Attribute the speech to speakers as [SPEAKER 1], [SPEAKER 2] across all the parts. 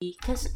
[SPEAKER 1] 一开始，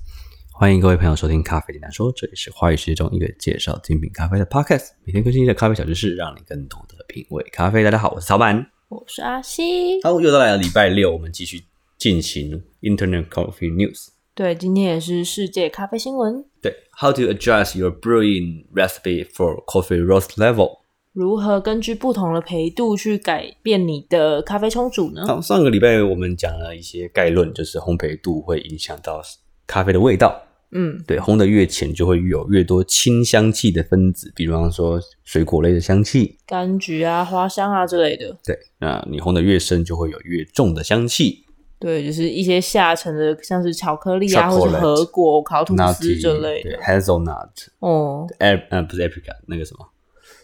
[SPEAKER 2] 欢迎各位朋友收听《咖啡简单说》，这里是华语世界中一个介绍精品咖啡的 podcast，每天更新一个咖啡小知识，让你更懂得品味咖啡。大家好，我是曹板。
[SPEAKER 1] 我是阿西。
[SPEAKER 2] 好，又到来了礼拜六，我们继续进行 Internet Coffee News。
[SPEAKER 1] 对，今天也是世界咖啡新闻，
[SPEAKER 2] 对，How to adjust your brewing recipe for coffee roast level。
[SPEAKER 1] 如何根据不同的培度去改变你的咖啡冲煮呢？
[SPEAKER 2] 好，哦上个礼拜我们讲了一些概论，就是烘焙度会影响到咖啡的味道。
[SPEAKER 1] 嗯，
[SPEAKER 2] 对，烘得越浅，就会有越多清香气的分子，比方说水果类的香气。
[SPEAKER 1] 柑橘啊、花香啊之类的，
[SPEAKER 2] 对，那你烘得越深，就会有越重的香气。
[SPEAKER 1] 对，就是一些下沉的，像是巧克力啊，或
[SPEAKER 2] Chocolate
[SPEAKER 1] 是核果、烤吐司
[SPEAKER 2] nutty，
[SPEAKER 1] 之类
[SPEAKER 2] 对
[SPEAKER 1] 的。
[SPEAKER 2] ，hazelnut，
[SPEAKER 1] 哦
[SPEAKER 2] a 呃，不是 apricot，那个什么，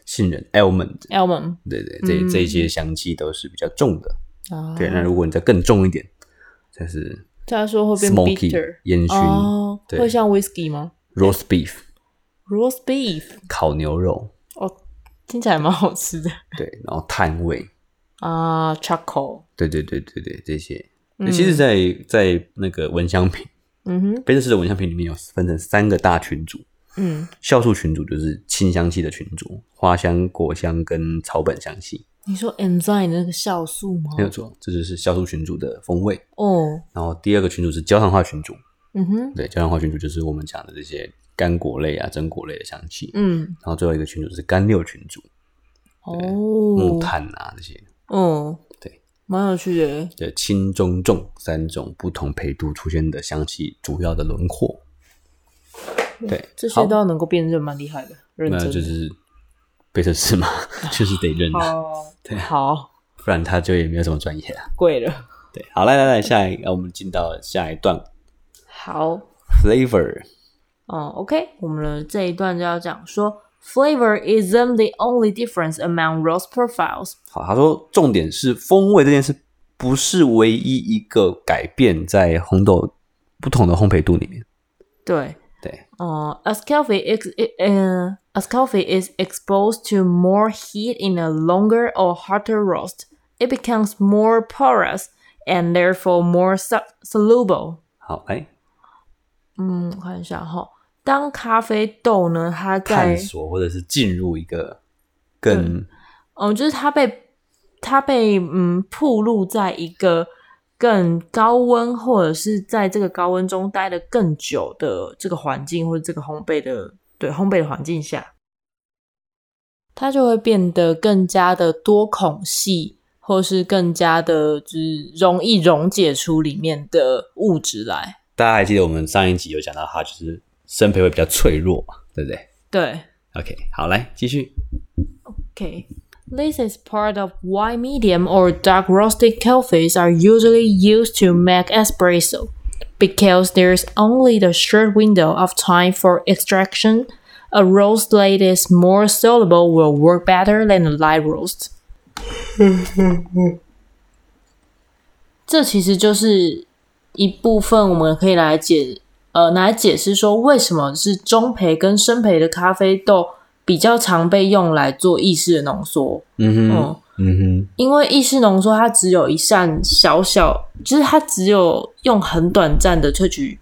[SPEAKER 2] 杏仁 almond，
[SPEAKER 1] ，Elman
[SPEAKER 2] 对对，这、
[SPEAKER 1] 嗯
[SPEAKER 2] 这些香气都是比较重的。
[SPEAKER 1] 啊，
[SPEAKER 2] 对，那如果你再更重一点，但是
[SPEAKER 1] 这样说会变
[SPEAKER 2] smoky
[SPEAKER 1] bitter
[SPEAKER 2] 烟熏、
[SPEAKER 1] 哦，
[SPEAKER 2] 对
[SPEAKER 1] 会像 whisky 吗
[SPEAKER 2] roast beef
[SPEAKER 1] ？Roast beef
[SPEAKER 2] 烤牛肉，
[SPEAKER 1] 哦，听起来蛮好吃的
[SPEAKER 2] 对，然后碳味，
[SPEAKER 1] 啊，charcoal，
[SPEAKER 2] 对对对对对，这些。
[SPEAKER 1] 嗯
[SPEAKER 2] 其实在，在那个蚊香瓶，
[SPEAKER 1] 嗯哼，
[SPEAKER 2] 贝氏的蚊香瓶里面有分成三个大群组，
[SPEAKER 1] 嗯，
[SPEAKER 2] 酵素群组就是清香气的群组，花香、果香跟草本香气，
[SPEAKER 1] 你说 enzyme 那个酵素吗？
[SPEAKER 2] 没有错，这就是酵素群组的风味。
[SPEAKER 1] 哦，
[SPEAKER 2] 然后第二个群组是焦糖化群组，
[SPEAKER 1] 嗯哼，
[SPEAKER 2] 对，焦糖化群组就是我们讲的这些干果类啊、榛果类的香气。
[SPEAKER 1] 嗯，
[SPEAKER 2] 然后最后一个群组是干六群组，
[SPEAKER 1] 哦，
[SPEAKER 2] 木炭啊这些，
[SPEAKER 1] 嗯，
[SPEAKER 2] 对，
[SPEAKER 1] 蛮有趣的。
[SPEAKER 2] 对，轻、中、重三种不同配度出现的香气主要的轮廓。对，
[SPEAKER 1] 嗯这
[SPEAKER 2] 好
[SPEAKER 1] 些都要能够辨认，蛮厉害的，认
[SPEAKER 2] 那
[SPEAKER 1] 真的。
[SPEAKER 2] 就是贝瑟斯嘛， 就是得认啊，
[SPEAKER 1] 好
[SPEAKER 2] 对，
[SPEAKER 1] 好
[SPEAKER 2] 不然他就也没有什么专业啊。
[SPEAKER 1] 贵了。
[SPEAKER 2] 对，好，来来来，下一，呃我们进到下一段
[SPEAKER 1] 好，
[SPEAKER 2] flavor。
[SPEAKER 1] 嗯，OK，我们的这一段就要讲说，flavor isn't the only difference among roast profiles。
[SPEAKER 2] 好，他说重点是风味这件事不是唯一一个改变在红豆不同的烘焙度里面。
[SPEAKER 1] 对，
[SPEAKER 2] 对，
[SPEAKER 1] 呃 a s coffee is uh, as coffee is exposed to more heat in a longer or hotter roast, it becomes more porous and therefore more so- soluble.
[SPEAKER 2] 好，来
[SPEAKER 1] 嗯，我看一下哈，当咖啡豆呢，它在
[SPEAKER 2] 探索或者是进入一个更
[SPEAKER 1] 嗯，就是它被它被嗯暴露在一个更高温，或者是在这个高温中待的更久的这个环境，或者这个烘焙的对烘焙的环境下，它就会变得更加的多孔系，或是更加的就是容易溶解出里面的物质来。
[SPEAKER 2] 大家还记得我们上一集有讲到，它就是生培会比较脆弱嘛，对不对
[SPEAKER 1] 对，
[SPEAKER 2] ？OK，好，来继续。
[SPEAKER 1] Okay. This is part of why medium or dark roasted coffees are usually used to make espresso, because there's only the short window of time for extraction. A roast that is more soluble will work better than a light roast. 这其实就是一部分，我们可以来解呃拿来解释说，为什么是中培跟深培的咖啡豆比较常被用来做意式的浓缩。
[SPEAKER 2] 嗯哼，
[SPEAKER 1] 嗯，
[SPEAKER 2] 嗯哼，
[SPEAKER 1] 因为意式浓缩它只有一扇小小，就是它只有用很短暂的萃取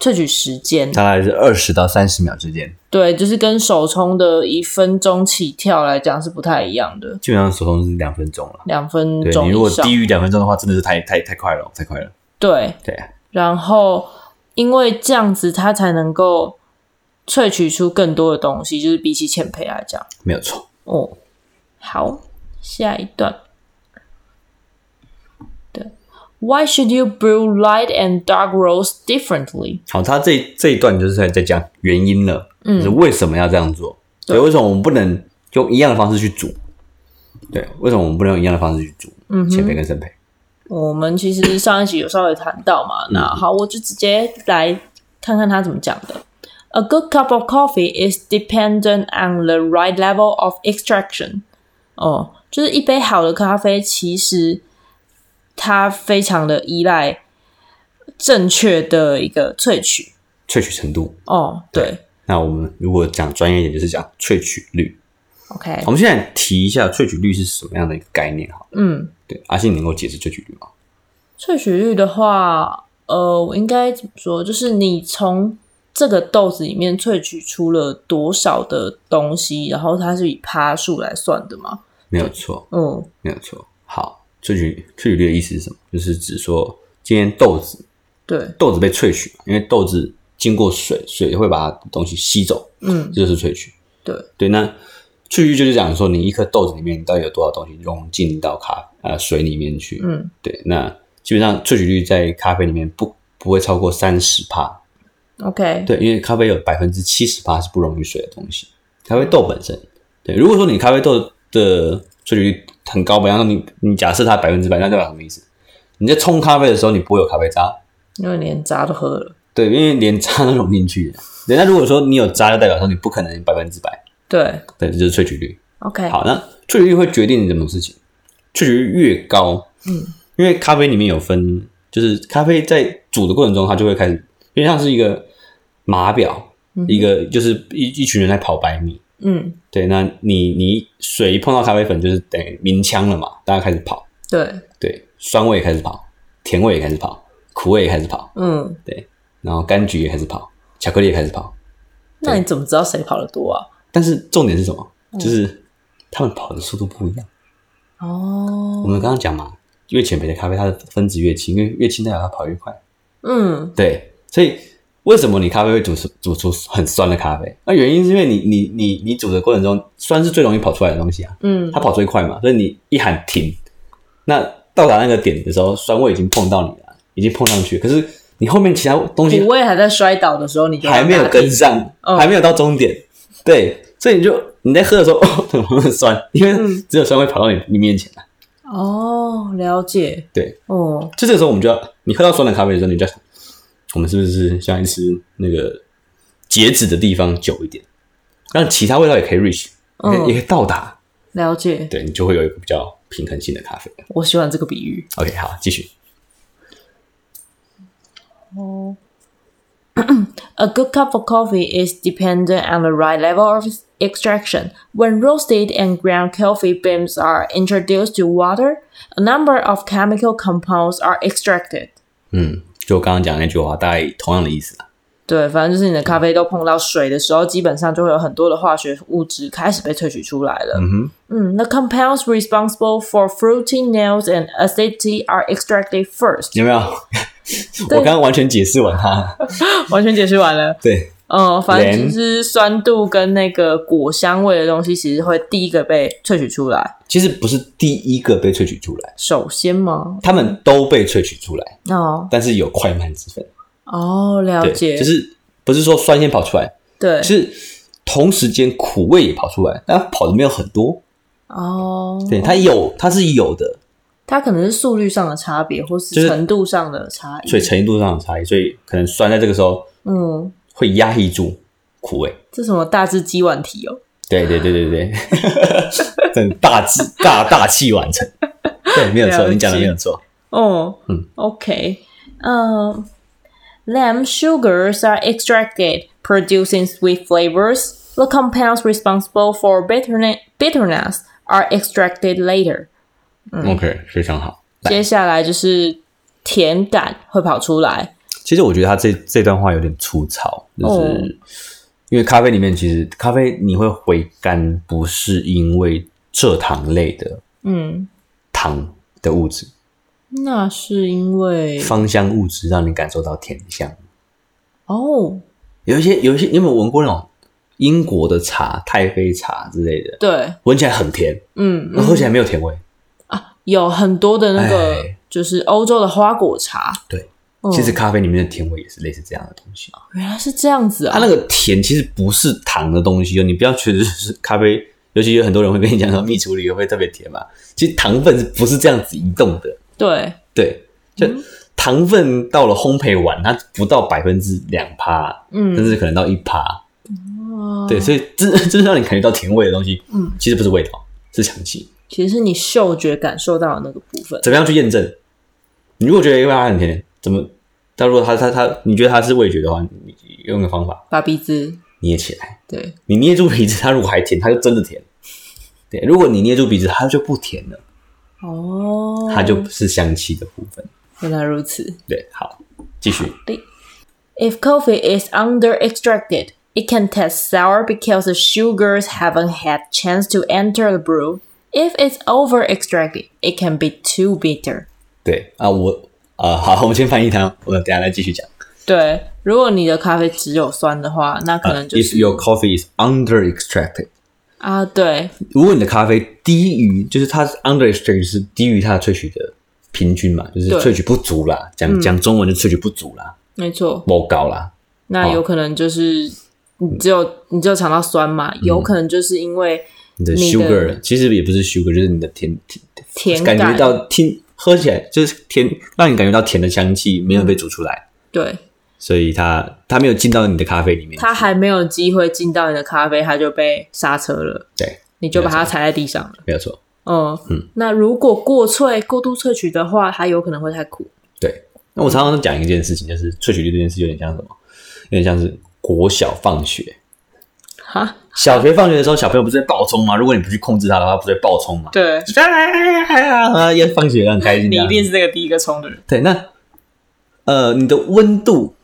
[SPEAKER 1] 萃取时间，
[SPEAKER 2] 大概是二十到三十秒之间。
[SPEAKER 1] 对，就是跟手冲的一分钟起跳来讲是不太一样的，
[SPEAKER 2] 基本上手冲是两分钟了。
[SPEAKER 1] 两分
[SPEAKER 2] 对
[SPEAKER 1] 钟
[SPEAKER 2] 你如果
[SPEAKER 1] 以上。
[SPEAKER 2] 低于两分钟的话，真的是太太太快了，太快了。
[SPEAKER 1] 对，
[SPEAKER 2] 对啊，
[SPEAKER 1] 然后因为这样子，它才能够萃取出更多的东西，就是比起浅培来讲。
[SPEAKER 2] 没有错。
[SPEAKER 1] 哦，好，下一段。对，Why should you brew light and dark roast differently？
[SPEAKER 2] 好，他这这一段就是在在讲原因了，就是为什么要这样做？嗯对，为什么我们不能用一样的方式去煮？对，为什么我们不能用一样的方式去煮？嗯，前培跟生培。
[SPEAKER 1] 我们其实上一集有稍微谈到嘛，那好，我就直接来看看他怎么讲的。A good cup of coffee is dependent on the right level of extraction。哦，就是一杯好的咖啡，其实它非常的依赖正确的一个萃取。
[SPEAKER 2] 萃取程度，
[SPEAKER 1] 哦，对
[SPEAKER 2] 那我们如果讲专业一点，就是讲萃取率。
[SPEAKER 1] ，OK，
[SPEAKER 2] 我们现在提一下萃取率是什么样的一个概念哈？
[SPEAKER 1] 嗯，
[SPEAKER 2] 对，阿信你能够解释萃取率吗？
[SPEAKER 1] 萃取率的话，呃，我应该怎么说？就是你从这个豆子里面萃取出了多少的东西，然后它是以趴数来算的嘛？
[SPEAKER 2] 没有错，
[SPEAKER 1] 嗯
[SPEAKER 2] 没有错。好，萃取萃取率的意思是什么？就是指说今天豆子
[SPEAKER 1] 对，
[SPEAKER 2] 豆子被萃取嘛，因为豆子经过水，水会把东西吸走，
[SPEAKER 1] 嗯
[SPEAKER 2] 这就是萃取。
[SPEAKER 1] 对
[SPEAKER 2] 对，那萃取就是讲说，你一颗豆子里面到底有多少东西融进到咖呃水里面去？
[SPEAKER 1] 嗯
[SPEAKER 2] 对，那基本上萃取率在咖啡里面不不会超过三十帕。
[SPEAKER 1] ，OK，
[SPEAKER 2] 对，因为咖啡有百分之七十帕是不溶于水的东西，咖啡豆本身。对，如果说你咖啡豆的萃取率很高，比方说你你假设它百分之百，那代表什么意思？你在冲咖啡的时候，你不会有咖啡渣，
[SPEAKER 1] 因为连渣都喝了，
[SPEAKER 2] 对，因为连渣都融进去了。人家如果说你有渣，就代表说你不可能百分之百，
[SPEAKER 1] 对
[SPEAKER 2] 对，这就是萃取率。
[SPEAKER 1] ，OK，
[SPEAKER 2] 好，那萃取率会决定你什么事情？萃取率越高，
[SPEAKER 1] 嗯，
[SPEAKER 2] 因为咖啡里面有分，就是咖啡在煮的过程中，它就会开始，就像是一个码表，
[SPEAKER 1] 嗯
[SPEAKER 2] 一个就是一一群人在跑百米。
[SPEAKER 1] 嗯，
[SPEAKER 2] 对，那你你水一碰到咖啡粉，就是等于鸣枪了嘛，大家开始跑。
[SPEAKER 1] 对，
[SPEAKER 2] 对，酸味也开始跑，甜味也开始跑，苦味也开始跑，
[SPEAKER 1] 嗯，
[SPEAKER 2] 然后柑橘也开始跑，巧克力也开始跑。
[SPEAKER 1] 那你怎么知道谁跑得多啊？
[SPEAKER 2] 但是重点是什么？
[SPEAKER 1] 嗯
[SPEAKER 2] 就是他们跑的速度不一样。我
[SPEAKER 1] 哦，
[SPEAKER 2] 们刚刚讲嘛，越浅焙的咖啡它的分子越轻，因为越轻代表它跑越快。
[SPEAKER 1] 嗯，
[SPEAKER 2] 对，所以为什么你咖啡会煮出煮出很酸的咖啡？那原因是因为你你你你煮的过程中，酸是最容易跑出来的东西啊，
[SPEAKER 1] 嗯，
[SPEAKER 2] 它跑最快嘛，所以你一喊停，那到达那个点的时候，酸味已经碰到你了，已经碰上去，可是你后面其他东西
[SPEAKER 1] 苦味还在摔倒的时候，你就
[SPEAKER 2] 还没有跟上，
[SPEAKER 1] 嗯
[SPEAKER 2] 还没有到终点，对，所以你就你在喝的时候，哦，怎么那么酸？因为
[SPEAKER 1] 嗯
[SPEAKER 2] 只有酸会跑到你你面前啊，
[SPEAKER 1] 哦，了解，
[SPEAKER 2] 对。
[SPEAKER 1] 哦，
[SPEAKER 2] 就这个时候，我们就要你喝到酸的咖啡的时候，你就要想，我们是不是下一次那个截止的地方久一点，让其他味道也可以 reach，、
[SPEAKER 1] 嗯
[SPEAKER 2] 也可以也可以到达，
[SPEAKER 1] 了解，
[SPEAKER 2] 对你就会有一个比较平衡性的咖啡。
[SPEAKER 1] 我喜欢这个比喻。
[SPEAKER 2] OK，好，继续。
[SPEAKER 1] 哦 A good cup of coffee is dependent on the right level of extraction. When roasted and ground coffee beans are introduced to water, a number of chemical compounds are extracted.
[SPEAKER 2] 嗯，就我刚刚讲的那句话，大概同样的意思啊。
[SPEAKER 1] 对，反正就是你的咖啡豆碰到水的时候，基本上就会有很多的化学物质开始被萃取出来了。
[SPEAKER 2] 嗯哼，
[SPEAKER 1] 嗯，The compounds responsible for fruitiness and acidity are extracted first.
[SPEAKER 2] 有没有？我刚刚完全解释完它。
[SPEAKER 1] 完全解释完了。
[SPEAKER 2] 对，
[SPEAKER 1] 嗯，反正
[SPEAKER 2] 莲
[SPEAKER 1] 就是酸度跟那个果香味的东西，其实会第一个被萃取出来。
[SPEAKER 2] 其实不是第一个被萃取出来，
[SPEAKER 1] 首先嘛，
[SPEAKER 2] 他们都被萃取出来，
[SPEAKER 1] 哦
[SPEAKER 2] 但是有快慢之分。
[SPEAKER 1] 哦，了
[SPEAKER 2] 对，
[SPEAKER 1] 解，
[SPEAKER 2] 就是不是说酸先跑出来，
[SPEAKER 1] 对
[SPEAKER 2] 是同时间苦味也跑出来，但它跑的没有很多，
[SPEAKER 1] 哦，
[SPEAKER 2] 对，它有它是有的，
[SPEAKER 1] 它可能是速率上的差别，或
[SPEAKER 2] 就是是
[SPEAKER 1] 程度上的差异。
[SPEAKER 2] 所以程度上的差异，所以可能酸在这个时候
[SPEAKER 1] 嗯，
[SPEAKER 2] 会压抑住苦味。
[SPEAKER 1] 这什么大致鸡碗体哦？
[SPEAKER 2] 对对对对对， 等大气 大大器晚成，对，没有
[SPEAKER 1] 了
[SPEAKER 2] 错，
[SPEAKER 1] 解
[SPEAKER 2] 你讲的没有错，
[SPEAKER 1] 哦，
[SPEAKER 2] 嗯
[SPEAKER 1] ，OK，嗯、l a m b sugars are extracted, producing sweet flavors. The compounds responsible for bitterne- bitterness are extracted later. 嗯
[SPEAKER 2] ，OK，非常好。
[SPEAKER 1] 接下来就是甜感会跑出来。
[SPEAKER 2] 其实我觉得他这这段话有点粗糙，就是、
[SPEAKER 1] 哦
[SPEAKER 2] 因为咖啡里面其实咖啡你会回甘，不是因为蔗糖类的
[SPEAKER 1] 嗯，
[SPEAKER 2] 糖的物质，
[SPEAKER 1] 那是因为
[SPEAKER 2] 芳香物质让你感受到甜香。
[SPEAKER 1] 哦，
[SPEAKER 2] 有一些有一些，你有没有闻过那种英国的茶、太妃茶之类的，
[SPEAKER 1] 对，
[SPEAKER 2] 闻起来很甜，
[SPEAKER 1] 嗯，
[SPEAKER 2] 然后喝起来没有甜味。
[SPEAKER 1] 有很多的那个
[SPEAKER 2] 哎
[SPEAKER 1] 就是欧洲的花果茶。
[SPEAKER 2] 对，
[SPEAKER 1] 嗯，
[SPEAKER 2] 其实咖啡里面的甜味也是类似这样的东西。
[SPEAKER 1] 原来是这样子啊。
[SPEAKER 2] 它那个甜其实不是糖的东西哦，你不要觉得就是咖啡，尤其有很多人会跟你讲说蜜处理会特别甜嘛，其实糖分是不是这样子移动的？
[SPEAKER 1] 对，
[SPEAKER 2] 对，就糖分到了烘焙完，它不到百分之两趴，
[SPEAKER 1] 嗯，
[SPEAKER 2] 甚至可能到一趴。
[SPEAKER 1] 哦
[SPEAKER 2] 对，所以 真真正让你感觉到甜味的东西，
[SPEAKER 1] 嗯，
[SPEAKER 2] 其实不是味道，是香气。
[SPEAKER 1] 其实是你嗅觉感受到的那个部分。
[SPEAKER 2] 怎么样去验证？你如果觉得一个它很甜，怎么？但如果它它它，你觉得它是味觉的话，你你用个方法
[SPEAKER 1] 把鼻子，
[SPEAKER 2] 捏起来，
[SPEAKER 1] 对，
[SPEAKER 2] 你捏住鼻子，它如果还甜，它就真的甜。对，如果你捏住鼻子，它就不甜了，
[SPEAKER 1] 哦，嗯
[SPEAKER 2] 它就不是香气的部分。
[SPEAKER 1] 原来如此。
[SPEAKER 2] 对，好，继续。
[SPEAKER 1] If coffee is under extracted, it can taste sour because the sugars haven't had chance to enter the brew. If it's over extracted, it can be too bitter.
[SPEAKER 2] 对啊，我啊，好，我们先翻译它，我等一下再继续讲。
[SPEAKER 1] 对，如果你的咖啡只有酸的话，那可能就
[SPEAKER 2] If
[SPEAKER 1] 是
[SPEAKER 2] your coffee is under extracted，
[SPEAKER 1] 啊，对
[SPEAKER 2] 如果你的咖啡低于，就是它 under extracted 是低于它的萃取的平均嘛，就是
[SPEAKER 1] 对
[SPEAKER 2] 萃取不足啦。讲讲中文就萃取不足啦，
[SPEAKER 1] 没错，
[SPEAKER 2] 不高啦。
[SPEAKER 1] 那有可能就是你只有你只有尝到酸嘛，
[SPEAKER 2] 嗯
[SPEAKER 1] 有可能就是因为
[SPEAKER 2] 你的
[SPEAKER 1] 你的
[SPEAKER 2] sugar 其实也不是 sugar，就是你的甜甜
[SPEAKER 1] 甜
[SPEAKER 2] 感
[SPEAKER 1] 感
[SPEAKER 2] 觉到听喝起来就是甜，让你感觉到甜的香气没有被煮出来，
[SPEAKER 1] 对
[SPEAKER 2] 所以它它没有进到你的咖啡里面。
[SPEAKER 1] 它还没有机会进到你的咖啡，它就被刹车了，
[SPEAKER 2] 对，
[SPEAKER 1] 你就把它踩在地上了。
[SPEAKER 2] 没有错。
[SPEAKER 1] 嗯，那如果过萃、过度萃取的话，它有可能会太苦。
[SPEAKER 2] 对，那我常常讲一件事情，就是萃取率这件事有点像什么？有点像是国小放学。
[SPEAKER 1] 哈，
[SPEAKER 2] 小学放学的时候，小朋友不是在爆冲吗？如果你不去控制他的话，他不是会爆冲 吗？ 哎
[SPEAKER 1] 对，
[SPEAKER 2] 啊，要放学很开心这
[SPEAKER 1] 你
[SPEAKER 2] 样
[SPEAKER 1] 一
[SPEAKER 2] 子。
[SPEAKER 1] 定是那个第一个冲的人。
[SPEAKER 2] 对，那呃，你的温度、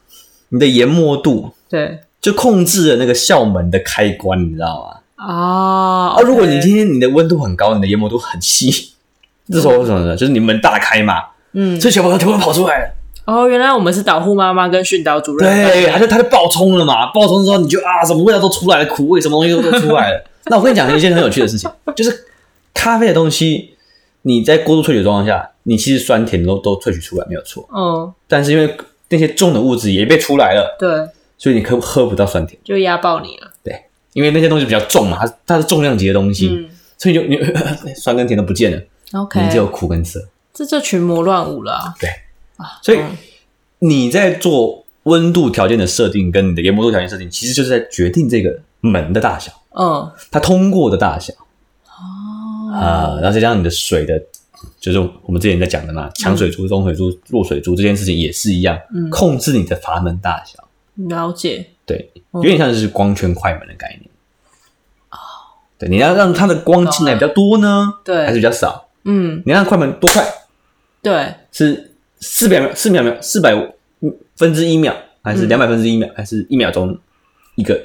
[SPEAKER 2] 你的研磨度
[SPEAKER 1] 对
[SPEAKER 2] 就控制了那个校门的开关，你知道吗？
[SPEAKER 1] 啊
[SPEAKER 2] 啊，如果你今天你的温度很高，你的研磨度很细，这时候为什么呢？就是你门大开嘛，
[SPEAKER 1] 嗯，
[SPEAKER 2] 所以小朋友全部都跑出来了。
[SPEAKER 1] 哦，原来我们是导护妈妈跟训导主任。
[SPEAKER 2] 对，他就他就爆冲了嘛，爆冲之后你就啊，什么味道都出来了，苦味什么东西都都出 来了。那我跟你讲一件很有趣的事情，就是咖啡的东西，你在过度萃取的状况下，你其实酸甜都都萃取出来没有错，
[SPEAKER 1] 嗯，
[SPEAKER 2] 但是因为那些重的物质也被出来了，
[SPEAKER 1] 对，
[SPEAKER 2] 所以你喝喝不到酸甜，
[SPEAKER 1] 就压爆你了。
[SPEAKER 2] 对，因为那些东西比较重嘛，它它是重量级的东西，
[SPEAKER 1] 嗯
[SPEAKER 2] 所以就你 酸跟甜都不见了，
[SPEAKER 1] ，OK，
[SPEAKER 2] 你只有苦跟涩。
[SPEAKER 1] 这就群魔乱舞了啊。
[SPEAKER 2] 对，所以
[SPEAKER 1] 嗯
[SPEAKER 2] 你在做温度条件的设定跟你的研磨度条件设定，其实就是在决定这个门的大小，
[SPEAKER 1] 嗯，
[SPEAKER 2] 它通过的大小
[SPEAKER 1] 哦，
[SPEAKER 2] 啊、然后再加上你的水的，就是我们之前在讲的嘛，强水珠、中水珠、弱水珠这件事情也是一样，
[SPEAKER 1] 嗯
[SPEAKER 2] 控制你的阀门大小，
[SPEAKER 1] 了解。
[SPEAKER 2] 对，
[SPEAKER 1] 哦
[SPEAKER 2] 有点像是光圈快门的概念。对，你要让它的光进来比较多呢，
[SPEAKER 1] 对
[SPEAKER 2] 还是比较少？
[SPEAKER 1] 嗯，
[SPEAKER 2] 你让快门多快？
[SPEAKER 1] 对，
[SPEAKER 2] 是四百秒、四秒秒、四百分之一秒，还是
[SPEAKER 1] 嗯
[SPEAKER 2] 两百分之一秒，还是一秒钟一个？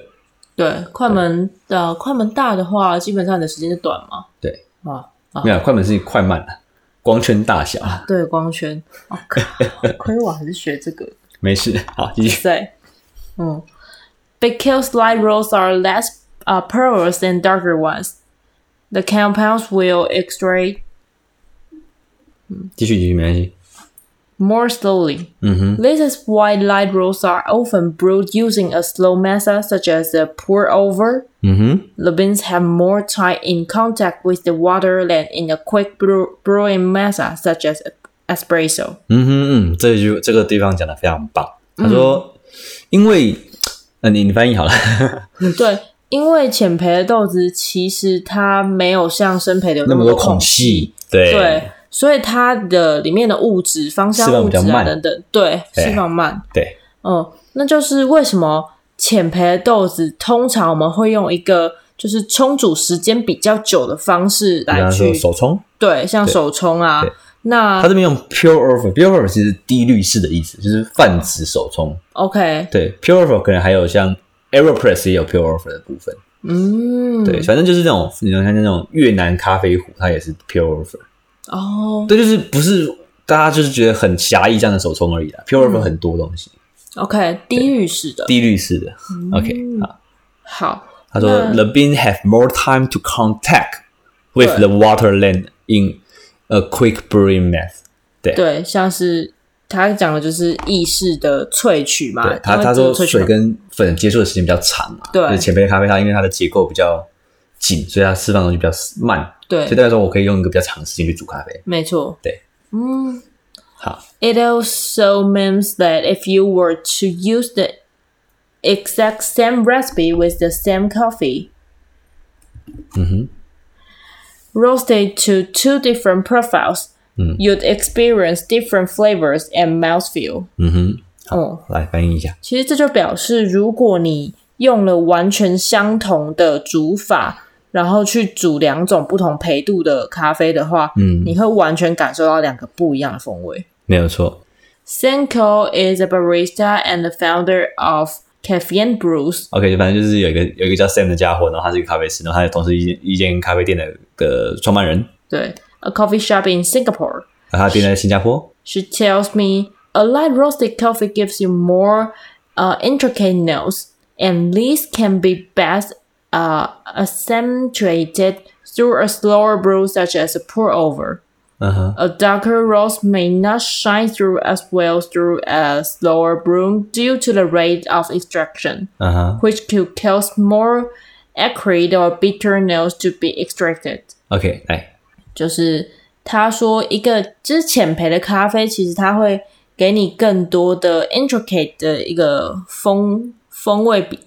[SPEAKER 1] 对，快门呃，快门大的话，基本上你的时间就短嘛。
[SPEAKER 2] 对，
[SPEAKER 1] 啊，
[SPEAKER 2] 没有，快门是快慢的，光圈大小，
[SPEAKER 1] 对，光圈。哦，靠 亏我还是学这个。
[SPEAKER 2] 没事。好，继续。
[SPEAKER 1] 对， 嗯，because light rolls are less uh porous than darker ones, the compounds will extract
[SPEAKER 2] 继续，继续，没关系。
[SPEAKER 1] more slowly.
[SPEAKER 2] 嗯哼，
[SPEAKER 1] This is why light rolls are often brewed using a slow method, such as the pour over.
[SPEAKER 2] 嗯哼，
[SPEAKER 1] The beans have more time in contact with the water than in a quick brew- brewing method such as espresso.
[SPEAKER 2] 嗯哼，嗯，这句这个地方讲的非常棒。他说，因为，呃，你你翻译好了。 Mm.
[SPEAKER 1] 对，因为浅培的豆子其实它没有像深培的有
[SPEAKER 2] 那么
[SPEAKER 1] 多
[SPEAKER 2] 多孔
[SPEAKER 1] 隙，
[SPEAKER 2] 隙，对
[SPEAKER 1] 对，所以它的里面的物质、芳香
[SPEAKER 2] 释放
[SPEAKER 1] 物
[SPEAKER 2] 比
[SPEAKER 1] 质
[SPEAKER 2] 较
[SPEAKER 1] 啊
[SPEAKER 2] 慢
[SPEAKER 1] 等等，对，
[SPEAKER 2] 对
[SPEAKER 1] 释放慢。
[SPEAKER 2] 对
[SPEAKER 1] 嗯，那就是为什么浅培的豆子通常我们会用一个就是冲煮时间比较久的方式
[SPEAKER 2] 比
[SPEAKER 1] 来
[SPEAKER 2] 方
[SPEAKER 1] 去
[SPEAKER 2] 说手冲，
[SPEAKER 1] 对，像手冲啊
[SPEAKER 2] 对。
[SPEAKER 1] 那
[SPEAKER 2] 他这边用 pure over，pure over 其实低滤式的意思，就是泛指手冲。
[SPEAKER 1] OK，
[SPEAKER 2] 对 pure over 可能还有像 Aeropress 也有 pure over 的部分。
[SPEAKER 1] 嗯，
[SPEAKER 2] 对，反正就是那种你像像那种越南咖啡壶，它也是 pure over。
[SPEAKER 1] 哦
[SPEAKER 2] 对，就是不是大家就是觉得很狭义这样的手冲而已啦。pure over 很多东西，
[SPEAKER 1] ，OK，低语式的。
[SPEAKER 2] 低滤式的。OK，好，
[SPEAKER 1] 好，
[SPEAKER 2] 他说
[SPEAKER 1] 那
[SPEAKER 2] the bean have more time to contact with the water than in a quick brewing method。
[SPEAKER 1] 对，像是他讲的就是意式的萃取嘛
[SPEAKER 2] 对，他，
[SPEAKER 1] 因为
[SPEAKER 2] 他
[SPEAKER 1] 这个
[SPEAKER 2] 说
[SPEAKER 1] 萃取
[SPEAKER 2] 水跟粉接触的时间比较长嘛，
[SPEAKER 1] 对
[SPEAKER 2] 就是浅焙咖啡它因为它的结构比较紧，所以它释放的东西比较慢，所以
[SPEAKER 1] 对，
[SPEAKER 2] 代表说我可以用一个比较长的时间去煮咖啡。
[SPEAKER 1] 没错，
[SPEAKER 2] 对，
[SPEAKER 1] 嗯
[SPEAKER 2] 好，
[SPEAKER 1] ，It also means that if you were to use the exact same recipe with the same coffee. Roasted to two different profiles, you'd experience different flavors and mouthfeel.
[SPEAKER 2] 嗯哼，
[SPEAKER 1] 哦，
[SPEAKER 2] 来翻译一下。
[SPEAKER 1] 其实这就表示，如果你用了完全相同的煮法，然后去煮两种不同焙度的咖啡的话，嗯，你会完全感受到两个不一样的风味。
[SPEAKER 2] 没有错。
[SPEAKER 1] Senko is a barista and the founder of Caffeine Brews.
[SPEAKER 2] OK，反正就是有一个有一个叫 Sam 的家伙，然后他是一个咖啡师，然后他也同时一间一间咖啡店的的创办人，
[SPEAKER 1] 对，a coffee shop in Singapore.
[SPEAKER 2] 然后他的店在新加坡。
[SPEAKER 1] She tells me a light roasted coffee gives you more uh, intricate notes, and these can be best uh, accentuated through a slower brew, such as a pour over.
[SPEAKER 2] 嗯哼，
[SPEAKER 1] A darker roast may not shine through as well through a slower brew due to the rate of extraction,
[SPEAKER 2] 嗯哼
[SPEAKER 1] which could cause more acrid or bitter notes to be extracted.
[SPEAKER 2] ，OK，来，
[SPEAKER 1] 就是他说一个就是浅焙的咖啡，其实它会给你更多的 intricate 的一个风风味比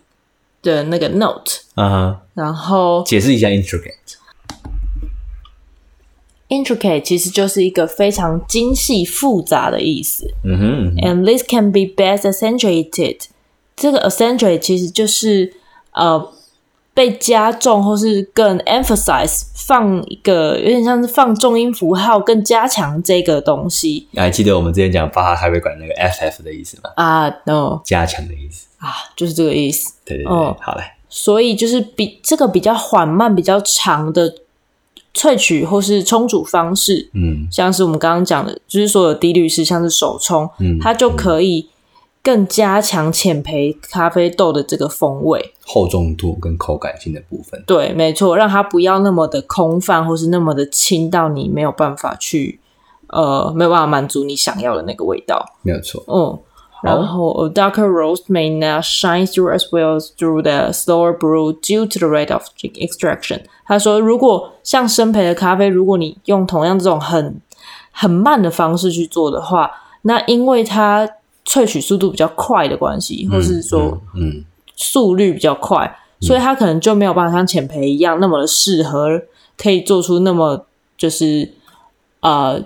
[SPEAKER 1] 的那个 note，
[SPEAKER 2] 嗯哼，
[SPEAKER 1] 然后
[SPEAKER 2] 解释一下 intricate。
[SPEAKER 1] intricate 其实就是一个非常精细复杂的意思。
[SPEAKER 2] 嗯哼，嗯哼
[SPEAKER 1] and this can be best accentuated。这个 accentuate 其实就是呃被加重或是更 emphasize 放一个有点像是放重音符号，更加强这个东西
[SPEAKER 2] 你还记得我们之前讲巴哈咖啡馆那个 FF 的意思吗？
[SPEAKER 1] 啊、no
[SPEAKER 2] 加强的意思。
[SPEAKER 1] 啊，就是这个意思。
[SPEAKER 2] 对对对，
[SPEAKER 1] 哦
[SPEAKER 2] 好嘞。
[SPEAKER 1] 所以就是比这个比较缓慢、比较长的萃取或是冲煮方式，
[SPEAKER 2] 嗯
[SPEAKER 1] 像是我们刚刚讲的，就是所有低滤式，像是手冲，
[SPEAKER 2] 嗯
[SPEAKER 1] 它就可以更加强浅焙咖啡豆的这个风味。
[SPEAKER 2] 厚重度跟口感性的部分。
[SPEAKER 1] 对，没错，让它不要那么的空泛，或是那么的轻到你没有办法去，呃，没有办法满足你想要的那个味道。
[SPEAKER 2] 没有错。
[SPEAKER 1] 嗯，然后 a darker roast may not shine through as well as through the slower brew due to the rate of extraction。他说，如果像生焙的咖啡，如果你用同样这种很很慢的方式去做的话，那因为它萃取速度比较快的关系，或是说
[SPEAKER 2] 嗯，
[SPEAKER 1] 速率比较快，所以它可能就没有办法像浅培一样那么的适合，可以做出那么就是呃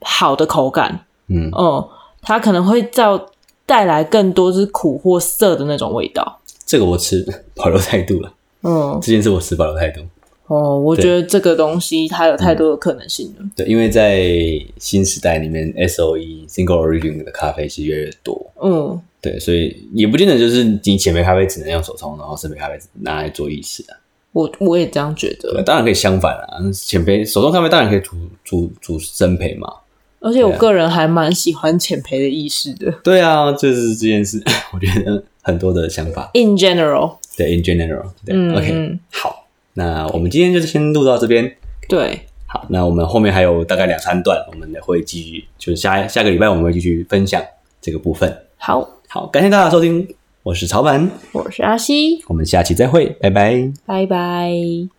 [SPEAKER 1] 好的口感。
[SPEAKER 2] 嗯
[SPEAKER 1] 哦、它可能会造带来更多是苦或涩的那种味道。
[SPEAKER 2] 这个我持 保留态度了。
[SPEAKER 1] 嗯，
[SPEAKER 2] 这件事我持保留态度。
[SPEAKER 1] 哦，我觉得这个东西它有太多的可能性了。
[SPEAKER 2] 对，因为在新时代里面，SOE single origin 的咖啡是越来越多。
[SPEAKER 1] 嗯，
[SPEAKER 2] 对，所以也不见得就是你浅焙咖啡只能用手冲，然后深焙咖啡拿来做意式啊。
[SPEAKER 1] 我我也这样觉
[SPEAKER 2] 对，
[SPEAKER 1] 得。
[SPEAKER 2] 当然可以相反啊，浅焙手冲咖啡当然可以煮煮煮深焙嘛。
[SPEAKER 1] 而且我
[SPEAKER 2] 对啊
[SPEAKER 1] 个人还蛮喜欢浅培的意识的。
[SPEAKER 2] 对啊，就是这件事， 我觉得很多的想法。
[SPEAKER 1] In general，
[SPEAKER 2] 对，in general，对、
[SPEAKER 1] 嗯
[SPEAKER 2] o k
[SPEAKER 1] 嗯，
[SPEAKER 2] 好，那我们今天就先录到这边。
[SPEAKER 1] 对，
[SPEAKER 2] 好，那我们后面还有大概两三段，我们也会继续，就是下下个礼拜我们会继续分享这个部分。
[SPEAKER 1] 好，
[SPEAKER 2] 好，感谢大家收听，我是曹凡，
[SPEAKER 1] 我是阿西，
[SPEAKER 2] 我们下期再会，拜拜。
[SPEAKER 1] 拜拜。